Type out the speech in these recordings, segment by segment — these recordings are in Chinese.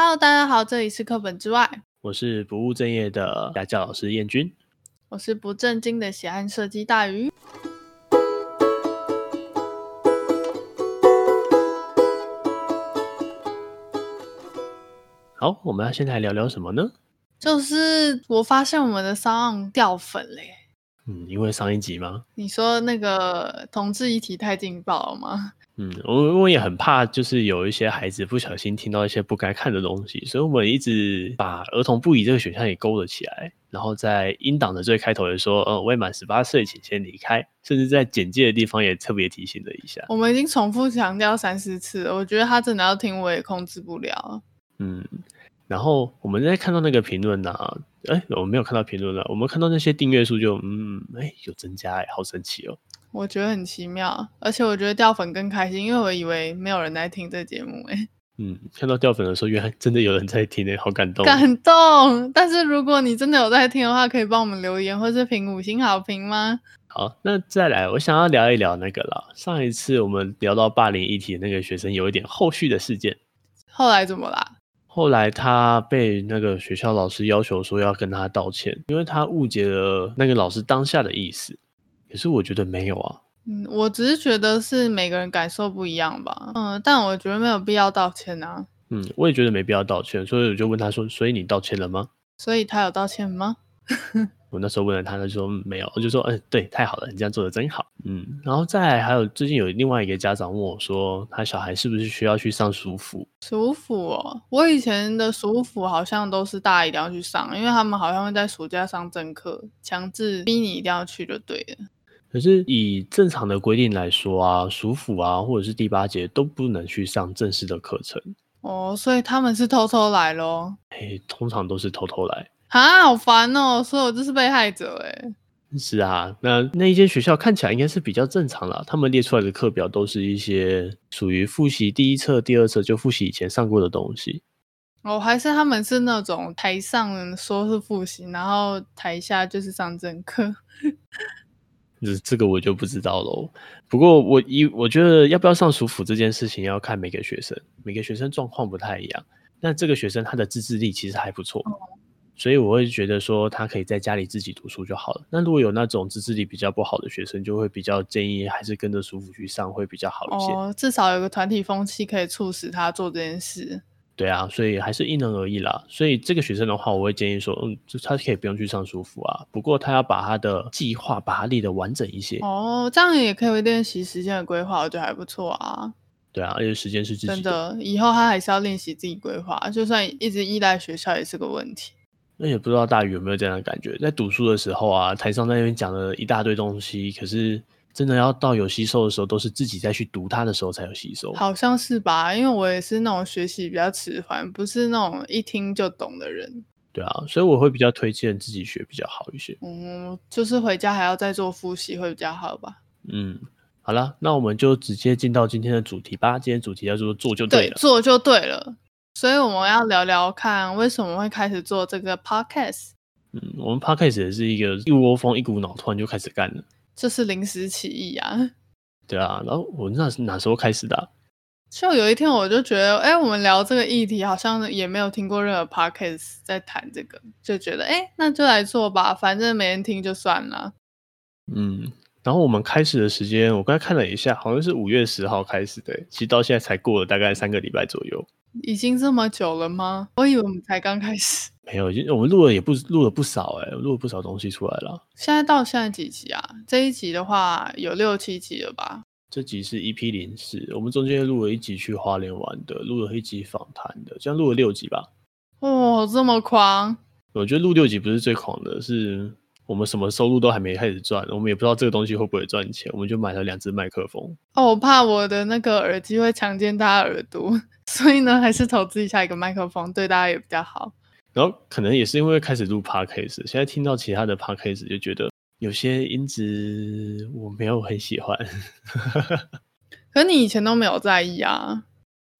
Hello，大家好，这里是课本之外，我是不务正业的家教老师燕君。我是不正经的喜爱射击大鱼。好，我们要先来聊聊什么呢？就是我发现我们的商案掉粉嘞，嗯，因为上一集吗？你说那个同志一体太劲爆了吗？嗯，我我也很怕，就是有一些孩子不小心听到一些不该看的东西，所以我们一直把儿童不宜这个选项也勾了起来，然后在音档的最开头也说，呃，未满十八岁请先离开，甚至在简介的地方也特别提醒了一下。我们已经重复强调三四次了，我觉得他真的要听，我也控制不了。嗯，然后我们在看到那个评论呢、啊，哎，我没有看到评论了，我们看到那些订阅数就，嗯，哎，有增加，哎，好神奇哦。我觉得很奇妙，而且我觉得掉粉更开心，因为我以为没有人来听这节目、欸，嗯，看到掉粉的时候，原来真的有人在听诶、好感动。感动。但是如果你真的有在听的话，可以帮我们留言或是评五星好评吗？ 好，那再来，我想要聊一聊那个啦。上一次我们聊到霸凌议题，那个学生有一点后续的事件，后来怎么啦？后来他被那个学校老师要求说要跟他道歉，因为他误解了那个老师当下的意思。可是我觉得没有啊，嗯，我只是觉得是每个人感受不一样吧。嗯，但我觉得没有必要道歉啊。嗯，我也觉得没必要道歉，所以我就问他说：“所以你道歉了吗所以他有道歉吗？？”我那时候问了他，他就说、嗯没有，我就说：“嗯，对，太好了，你这样做的真好。”嗯，然后再来还有最近有另外一个家长问我说，他小孩是不是需要去上舒服？暑辅哦，我以前的暑辅好像都是大家一定要去上，因为他们好像会在暑假上正课，强制逼你一定要去就对了。可是以正常的规定来说啊，暑辅啊，或者是第八节都不能去上正式的课程，哦，所以他们是偷偷来咯。哎，通常都是偷偷来。啊，好烦哦！所以我就是被害者哎。是啊，那那一间学校看起来应该是比较正常啦，他们列出来的课表都是一些属于复习第一册、第二册就复习以前上过的东西。哦，还是他们是那种台上说是复习，然后台下就是上正课。这这个我就不知道喽。不过我一我觉得要不要上暑辅这件事情要看每个学生，每个学生状况不太一样。那这个学生他的自制力其实还不哦错，所以我会觉得说他可以在家里自己读书就好了。那如果有那种自制力比较不好的学生，就会比较建议还是跟着暑辅去上会比较好一些。哦，至少有个团体风气可以促使他做这件事。对啊，所以还是因人而异啦。所以这个学生的话，我会建议说，嗯，就他可以不用去上舒服啊，不过他要把他的计划把它列得完整一些。哦，这样也可以练习时间的规划，我觉得还不错啊。对啊，而且时间是自己真的，以后他还是要练习自己规划，就算一直依赖学校也是个问题。那也不知道大宇有没有这样的感觉，在读书的时候啊，台上那边讲了一大堆东西，可是真的要到有吸收的时候，都是自己再去读它的时候才有吸收。好像是吧，因为我也是那种学习比较迟缓，不是那种一听就懂的人。对啊，所以我会比较推荐自己学比较好一些。嗯，就是回家还要再做复习会比较好吧？嗯，好了，那我们就直接进到今天的主题吧。今天主题叫做做就嗯对了。做就对了。所以我们要聊聊看为什么会开始做这个 podcast，嗯，我们 podcast 也是一个一窝蜂、一股脑突然就开始干了。这是临时起意啊。对啊，然后我那是哪时候开始的啊、就有一天我就觉得，哎、我们聊这个议题好像也没有听过任何 podcast 在谈这个，就觉得，哎、那就来做吧，反正没人听就算了。嗯，然后我们开始的时间，我刚才看了一下，好像是五月十号开始的欸，其实到现在才过了大概三个礼拜左右。已经这么久了吗？我以为我们才刚开始。 没有，已经我们录了也不录了不少哎，录了不少东西出来了。现在到现在几集啊？这一集的话有六七集了吧？这集是 EP 零四，我们中间录了一集去花莲玩的，录了一集访谈的，这样录了六集吧。哦，这么狂！我觉得录六集不是最狂的，是我们什么收入都还没开始赚，我们也不知道这个东西会不会赚钱，我们就买了两只麦克风。哦，我怕我的那个耳机会强奸大家耳朵， 所以呢，还是投资一下一个麦克风，对大家也比较好。然后可能也是因为开始录 podcast，现在听到其他的 podcast 就觉得有些音质我没有很喜欢， 可你以前都没有在意啊，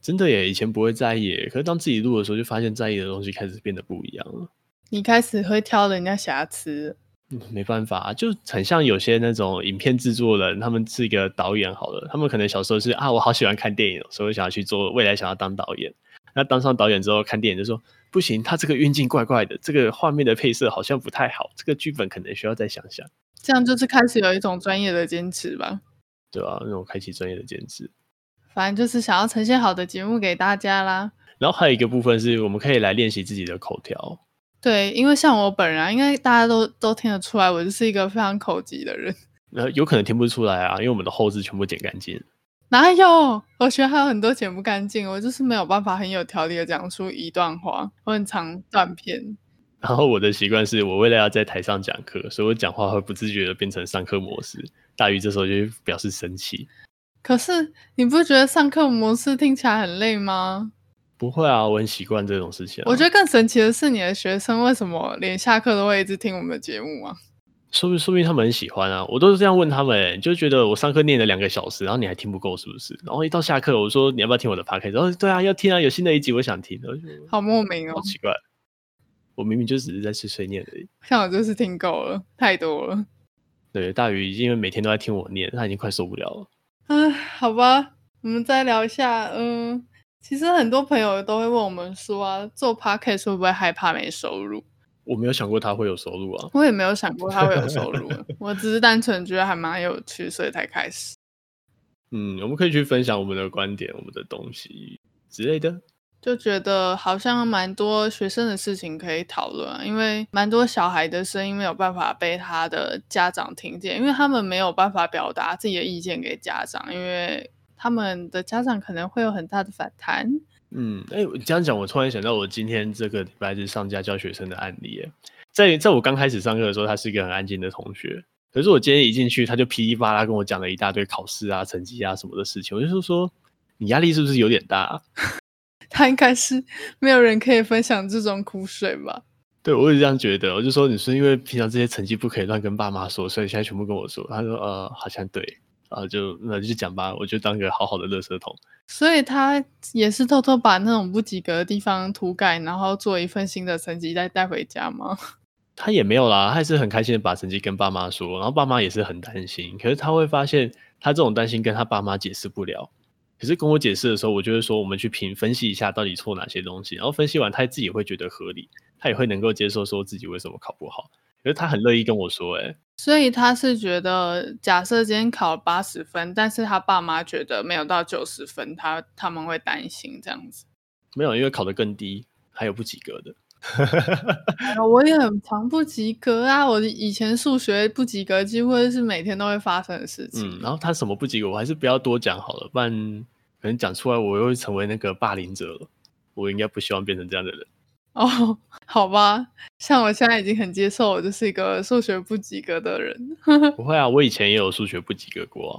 真的耶，以前不会在意耶，可是当自己录的时候，就发现在意的东西开始变得不一样了。你开始会挑人家瑕疵。嗯没办法、就很像有些那种影片制作人，他们是一个导演好了，他们可能小时候是啊，我好喜欢看电影哦，所以我想要去做，未来想要当导演。那当上导演之后，看电影就说不行，他这个运镜怪怪的，这个画面的配色好像不太好，这个剧本可能需要再想想，这样就是开始有一种专业的坚持吧。对吧、啊？那种开启专业的兼职。反正就是想要呈现好的节目给大家啦。然后还有一个部分是我们可以来练习自己的口条。对，因为像我本人、啊，应该大家都都听得出来，我就是一个非常口疾的人。 呃，有可能听不出来啊，因为我们的后置全部剪干净。哪有？我觉得还有很多剪不干净，我就是没有办法很有条理的讲出一段话，我很常断片。然后我的习惯是我为了要在台上讲课，所以我讲话会不自觉的变成上课模式。大鱼这时候就表示生气。可是你不觉得上课模式听起来很累吗？不会啊，我很习惯这种事情、啊。我觉得更神奇的是，你的学生为什么连下课都会一直听我们的节目啊？说不说明他们很喜欢啊，我都是这样问他们、欸，就觉得我上课念了两个小时，然后你还听不够是不是？然后一到下课，我说你要不要听我的 p o c a s t 然后对啊，要听啊，有新的一集我想听。好莫名哦，好奇怪，我明明就只是在碎碎念而已。像我就是听够了，太多了。对，大鱼因为每天都在听我念，他已经快受不了了。唉，好吧，我们再聊一下。嗯，其实很多朋友都会问我们说啊，做 podcast 会不会害怕没收入？我没有想过他会有收入啊，我也没有想过他会有收入，我只是单纯觉得还蛮有趣，所以才开始。嗯，我们可以去分享我们的观点、我们的东西之类的。就觉得好像蛮多学生的事情可以讨论、啊，因为蛮多小孩的声音没有办法被他的家长听见，因为他们没有办法表达自己的意见给家长，因为他们的家长可能会有很大的反弹。嗯，哎、欸，这样讲，我突然想到，我今天这个礼拜日上家教学生的案例耶，在在我刚开始上课的时候，他是一个很安静的同学，可是我今天一进去，他就噼里啪啦跟我讲了一大堆考试啊、成绩啊什么的事情，我就说，你压力是不是有点大、啊？他应该是没有人可以分享这种苦水吧？对，我也这样觉得。我就说，你是因为平常这些成绩不可以乱跟爸妈说，所以现在全部跟我说。他说，呃，好像对，然、啊、后就那就讲吧，我就当个好好的垃圾桶。所以他也是偷偷把那种不及格的地方涂改，然后做一份新的成绩再带回家吗？ 他也没有啦，他还是很开心的把成绩跟爸妈说，然后爸妈也是很担心。可是他会发现，他这种担心跟他爸妈解释不了。可是跟我解释的时候，我就会说，我们去评分析一下到底错哪些东西，然后分析完他自己会觉得合理，他也会能够接受说自己为什么考不好。可是他很乐意跟我说、欸，哎，所以他是觉得，假设今天考八十分，但是他爸妈觉得没有到九十分，他他们会担心这样子。没有，因为考得更低，还有不及格的。 哎、我也很常不及格啊！我以前数学不及格几乎是每天都会发生的事情。嗯，然后他什么不及格，我还是不要多讲好了，不然可能讲出来我又会成为那个霸凌者了。我应该不希望变成这样的人。 哦， 好吧，像我现在已经很接受我就是一个数学不及格的人。不会啊，我以前也有数学不及格过、啊。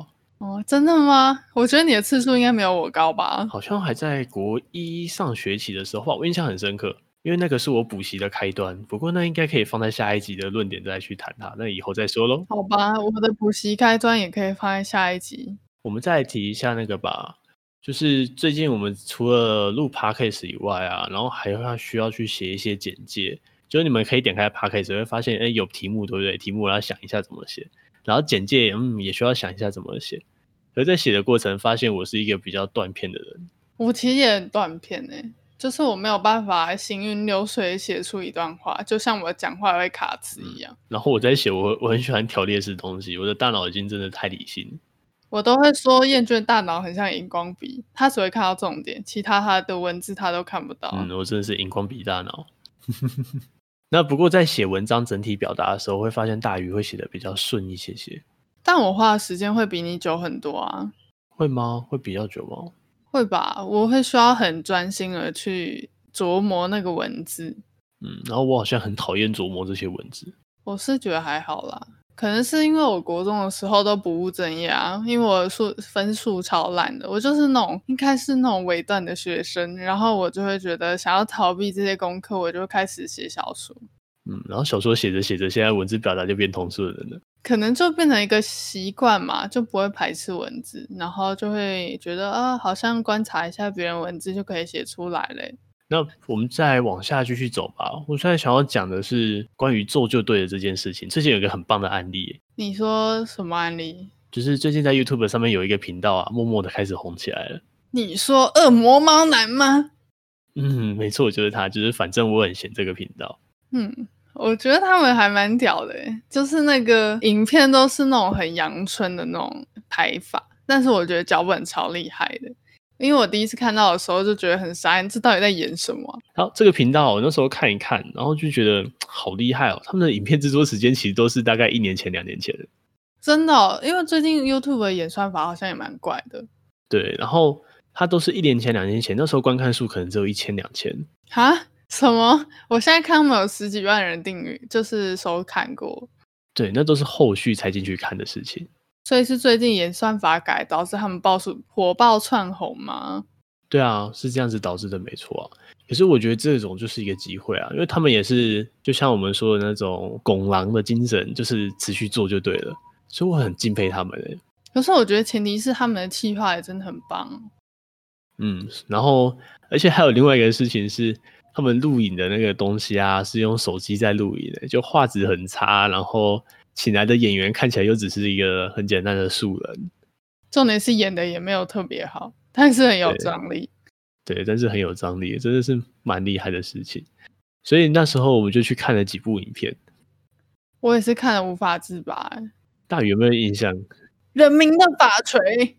哦，真的吗？我觉得你的次数应该没有我高吧？好像还在国一上学期的时候，我印象很深刻。因为那个是我补习的开端，不过那应该可以放在下一集的论点再去谈它，那以后再说喽。好吧，我的补习开端也可以放在下一集。我们再提一下那个吧，就是最近我们除了录 podcast 以外啊，然后还要需要去写一些简介，就是你们可以点开 podcast 会发现，哎，有题目对不对？题目我要想一下怎么写，然后简介嗯也需要想一下怎么写。而在写的过程发现我是一个比较断片的人，我其实也很断片哎、欸。就是我没有办法行云流水写出一段话，就像我讲话会卡词一样、嗯。然后我在写，我我很喜欢条列式东西，我的大脑已经真的太理性。我都会说，厌倦大脑很像荧光笔，它只会看到重点，其他它的文字它都看不到。嗯，我真的是荧光笔大脑。那不过在写文章整体表达的时候，会发现大鱼会写的比较顺一些些，但我花的时间会比你久很多啊。会吗？会比较久吗？会吧，我会需要很专心的去琢磨那个文字。嗯，然后我好像很讨厌琢磨这些文字。我是觉得还好啦，可能是因为我国中的时候都不务正业啊，因为我数分数超烂的，我就是那种应该是那种尾段的学生，然后我就会觉得想要逃避这些功课，我就开始写小说。嗯，然后小说写着写着，现在文字表达就变通顺了。可能就变成一个习惯嘛，就不会排斥文字，然后就会觉得啊，好像观察一下别人文字就可以写出来嘞。那我们再往下继续走吧。我现在想要讲的是关于咒就对的这件事情。最近有一个很棒的案例，你说什么案例？就是最近在 YouTube 上面有一个频道啊，默默的开始红起来了。你说恶魔猫男吗？嗯，没错，就是他，就是反正我很闲这个频道。嗯，我觉得他们还蛮屌的欸，就是那个影片都是那种很阳春的那种拍法，但是我觉得脚本超厉害的，因为我第一次看到的时候就觉得很傻眼，这到底在演什么啊、然后这个频道我那时候看一看，然后就觉得好厉害哦，他们的影片制作时间其实都是大概一年前、两年前的。真的哦、因为最近 YouTube 的演算法好像也蛮怪的，对，然后它都是一年前、两年前，那时候观看数可能只有一千、两千。哈？什么？我现在看他们有十几万人订阅，就是收看过，对，那都是后续才进去看的事情。所以是最近演算法改导致他们爆出火爆窜红吗？对啊，是这样子导致的，没错啊。可是我觉得这种就是一个机会啊，因为他们也是就像我们说的那种拱狼的精神，就是持续做就对了。所以我很敬佩他们、欸，可是我觉得前提是他们的企划也真的很棒。嗯，然后而且还有另外一个事情是，他们录影的那个东西啊，是用手机在录影的、就画质很差，然后请来的演员看起来又只是一个很简单的素人，重点是演的也没有特别好，但是很有对张力。对，但是很有张力，真的是蛮厉害的事情。所以那时候我们就去看了几部影片，我也是看了无法自拔欸、大宇有没有印象？ 人民的法锤，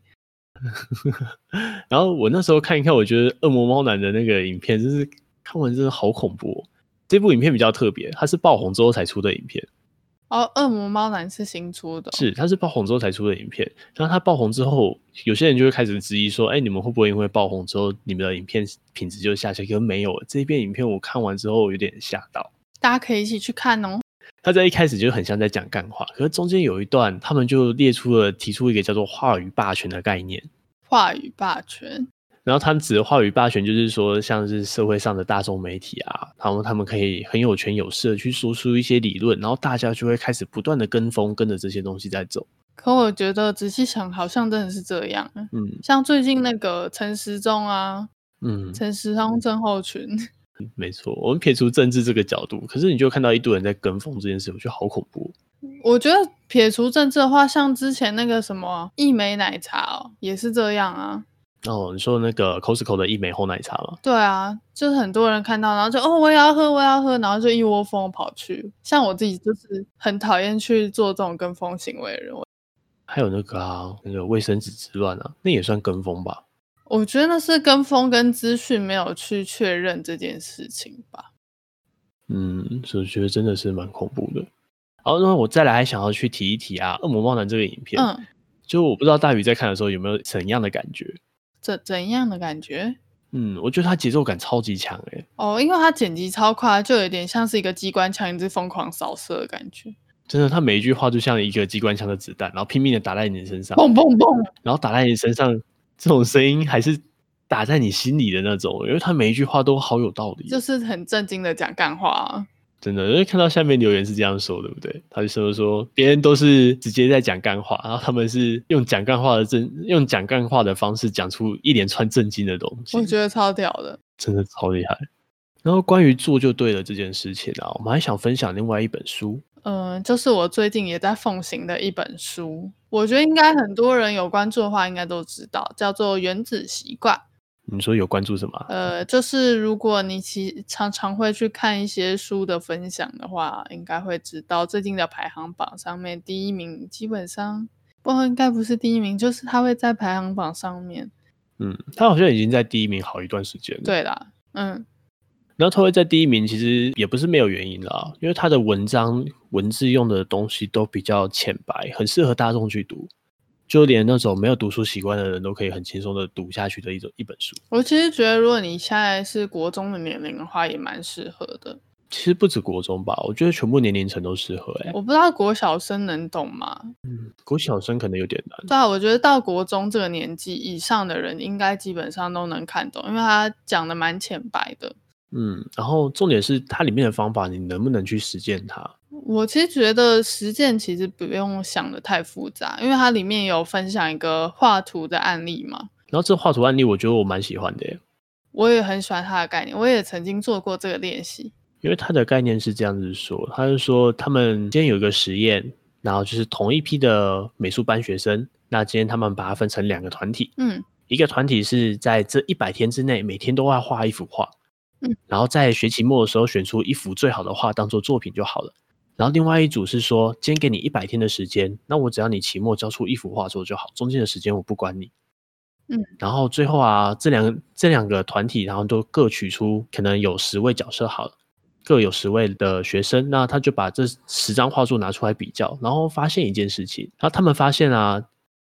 然后我那时候看一看，我觉得《恶魔猫男》的那个影片，就是看完真的好恐怖、哦。这部影片比较特别，它是爆红之后才出的影片，哦，恶魔猫男是新出的哦、是它是爆红之后才出的影片。然后它爆红之后，有些人就会开始质疑说：“哎，你们会不会因为爆红之后，你们的影片品质就下降？”可是没有，这一遍影片我看完之后有点吓到。大家可以一起去看哦。他在一开始就很像在讲干话，可是中间有一段，他们就列出了提出一个叫做“话语霸权”的概念。话语霸权，然后他们指的话语霸权，就是说像是社会上的大众媒体啊，然后他们可以很有权有势的去说出一些理论，然后大家就会开始不断的跟风，跟着这些东西在走。可我觉得仔细想，好像真的是这样。嗯像最近那个陈时中啊，嗯，陈时中症候群，没错。我们撇除政治这个角度，可是你就看到一堆人在跟风这件事，我觉得好恐怖。我觉得撇除政治的话，像之前那个什么一美奶茶、哦、也是这样啊。哦，你说那个 Costco 的一美厚奶茶吗？对啊，就是很多人看到，然后就哦，我也要喝，我也要喝，然后就一窝蜂跑去。像我自己就是很讨厌去做这种跟风行为的人，我还有那个啊，那个卫生纸之乱啊，那也算跟风吧？我觉得那是跟风跟资讯没有去确认这件事情吧。嗯，所以我觉得真的是蛮恐怖的。好，那我再来还想要去提一提啊，《恶魔猫男》这个影片，嗯，就我不知道大宇在看的时候有没有怎样的感觉？怎怎样的感觉？嗯，我觉得他节奏感超级强欸诶、哦，因为它剪辑超快，就有点像是一个机关枪一直疯狂扫射的感觉，真的，他每一句话就像一个机关枪的子弹，然后拼命的打在你的身上，砰砰砰！然后打在你身上，这种声音还是打在你心里的那种，因为他每一句话都好有道理，就是很震惊的讲干话、啊。真的。因为看到下面留言是这样说，对不对？他就说说别人都是直接在讲干话，然后他们是用讲干话的正用讲干话的方式讲出一连串震惊的东西，我觉得超屌的。真的超厉害。然后关于做就对了这件事情啊，我们还想分享另外一本书，嗯、就是我最近也在奉行的一本书，我觉得应该很多人有关注的话，应该都知道，叫做《原子习惯》。你说有关注什么啊？呃，就是如果你其常常会去看一些书的分享的话，应该会知道最近的排行榜上面第一名基本上不应该不是第一名，就是它会在排行榜上面。嗯，他好像已经在第一名好一段时间了。，对啦，嗯，然后他会在第一名，其实也不是没有原因啦，因为他的文章文字用的东西都比较浅白，很适合大众去读，就连那种没有读书习惯的人都可以很轻松的读下去的一种一本书。我其实觉得如果你现在是国中的年龄的话，也蛮适合的。其实不止国中吧，我觉得全部年龄层都适合、欸。我不知道国小生能懂吗？国小生可能有点难。对啊，我觉得到国中这个年纪以上的人，应该基本上都能看懂，因为他讲的蛮浅白的。嗯，然后重点是它里面的方法，你能不能去实践它？我其实觉得实践其实不用想的太复杂，因为它里面有分享一个画图的案例嘛，然后这画图案例，我觉得我蛮喜欢的、欸。我也很喜欢它的概念，我也曾经做过这个练习。因为它的概念是这样子说，他是说他们今天有一个实验，然后就是同一批的美术班学生，那今天他们把它分成两个团体，嗯，一个团体是在这一百天之内每天都要画一幅画，嗯，然后在学期末的时候选出一幅最好的画当做作品就好了。然后另外一组是说，今天给你一百天的时间，那我只要你期末交出一幅画作就好，中间的时间我不管你。嗯，然后最后啊，这两这两个团体，然后都各取出可能有十位角色好了，各有十位的学生，那他就把这十张画作拿出来比较，然后发现一件事情，然后他们发现啊，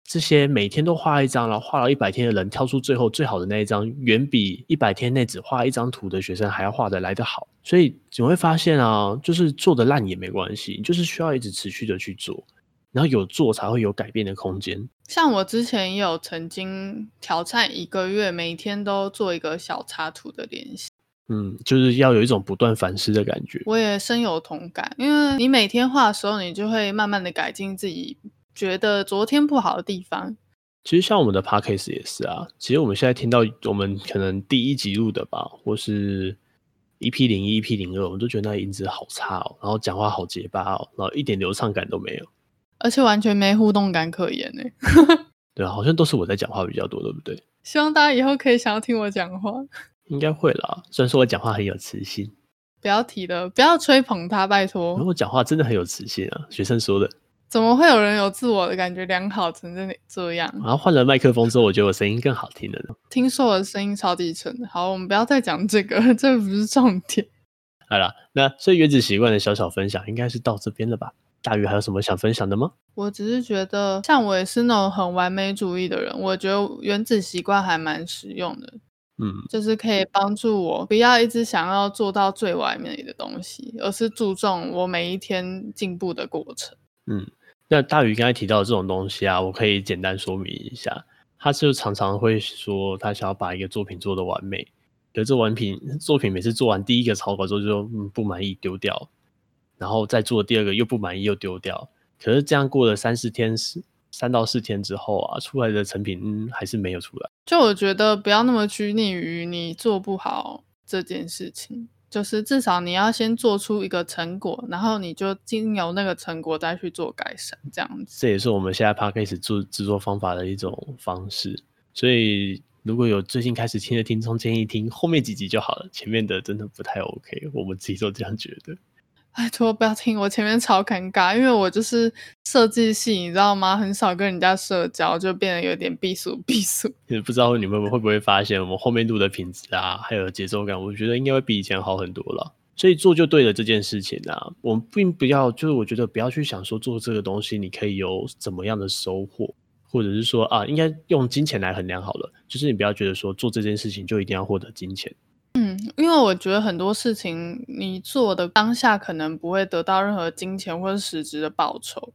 这些每天都画一张，然后画了一百天的人，挑出最后最好的那一张，远比一百天内只画一张图的学生还要画的来得好。所以你会发现啊，就是做的烂也没关系，你就是需要一直持续的去做，然后有做才会有改变的空间。像我之前也有曾经挑战一个月，每天都做一个小插图的练习，嗯，就是要有一种不断反思的感觉。我也深有同感。因为你每天画的时候，你就会慢慢的改进自己觉得昨天不好的地方。其实像我们的 podcast 也是啊，其实我们现在听到我们可能第一集录的吧，或是 EP 零一、EP 零二，我们都觉得那音质好差哦，然后讲话好结巴哦，然后一点流畅感都没有。而且完全没互动感可言欸呢、对啊，好像都是我在讲话比较多，对不对？希望大家以后可以想要听我讲话，应该会啦，虽然说我讲话很有磁性，不要提了，不要吹捧他，拜然后托。我讲话真的很有磁性啊，学生说的。怎么会有人有自我的感觉良好成这这样？然后换了麦克风之后，我觉得我声音更好听了呢。听说我的声音超低沉的，好，我们不要再讲这个，这不是重点。好啦，那所以原子习惯的小小分享应该是到这边了吧？大鱼还有什么想分享的吗？我只是觉得，像我也是那种很完美主义的人，我觉得原子习惯还蛮实用的，嗯，就是可以帮助我不要一直想要做到最完美的东西，而是注重我每一天进步的过程。那大鱼刚才提到的这种东西啊，我可以简单说明一下。他就常常会说，他想要把一个作品做得完美，可是这完品作品每次做完第一个草稿之后就说、嗯、不满意丢掉，然后再做第二个又不满意又丢掉。可是这样过了三四天，四三到四天之后啊，出来的成品嗯还是没有出来。就我觉得不要那么拘泥于你做不好这件事情，就是至少你要先做出一个成果，然后你就经由那个成果再去做改善，这样子。 这也是我们现在 podcast 制制作方法的一种方式。所以如果有最近开始听的听众，建议听后面几集就好了，前面的真的不太 OK，我们自己都这样觉得。拜托哎不要听我前面超尴尬，因为我就是设计系，你知道吗？很少跟人家社交，就变得有点避俗避俗。也不知道你们会不会发现，我们后面录的品质啊，还有节奏感，我觉得应该会比以前好很多了。所以做就对了这件事情啊，我们并不要，就是我觉得不要去想说做这个东西你可以有怎么样的收获，或者是说啊，应该用金钱来衡量好了，就是你不要觉得说做这件事情就一定要获得金钱。嗯，因为我觉得很多事情你做的当下可能不会得到任何金钱或者实质的报酬，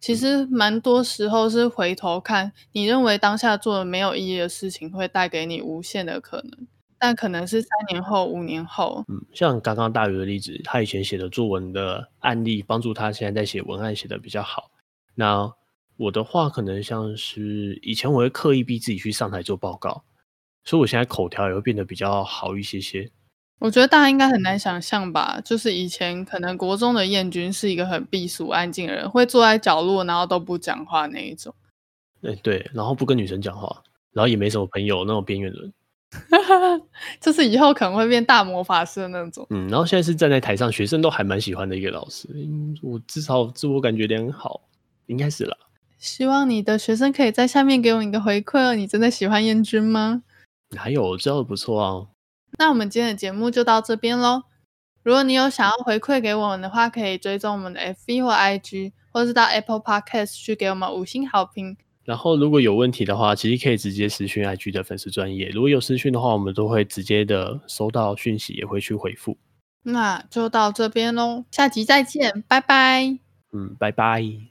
其实蛮多时候是回头看，你认为当下做的没有意义的事情会带给你无限的可能，但可能是三年后、五年后，嗯，像刚刚大鱼的例子，他以前写的作文的案例帮助他现在在写文案写的比较好。那我的话，可能像是以前我会刻意逼自己去上台做报告，所以我现在口条也会变得比较好一些些。我觉得大家应该很难想象吧，就是以前可能国中的燕君是一个很避俗、安静的人，会坐在角落，然后都不讲话那一种。哎，对，然后不跟女生讲话，然后也没什么朋友，那种边缘人。就是以后可能会变大魔法师的那种。嗯，然后现在是站在台上，学生都还蛮喜欢的一个老师。嗯，我至少自我感觉良好，应该是啦。希望你的学生可以在下面给我们一个回馈哦，你真的喜欢燕君吗？还有我知道的不错啊，那我们今天的节目就到这边喽。如果你有想要回馈给我们的话，可以追踪我们的 FB 或 IG，或是到 Apple Podcast 去给我们五星好评。然后如果有问题的话，其实可以直接私讯 IG 的粉丝专业。如果有私讯的话，我们都会直接的收到讯息，也会去回复。那就到这边喽，下集再见，拜拜。嗯，拜拜。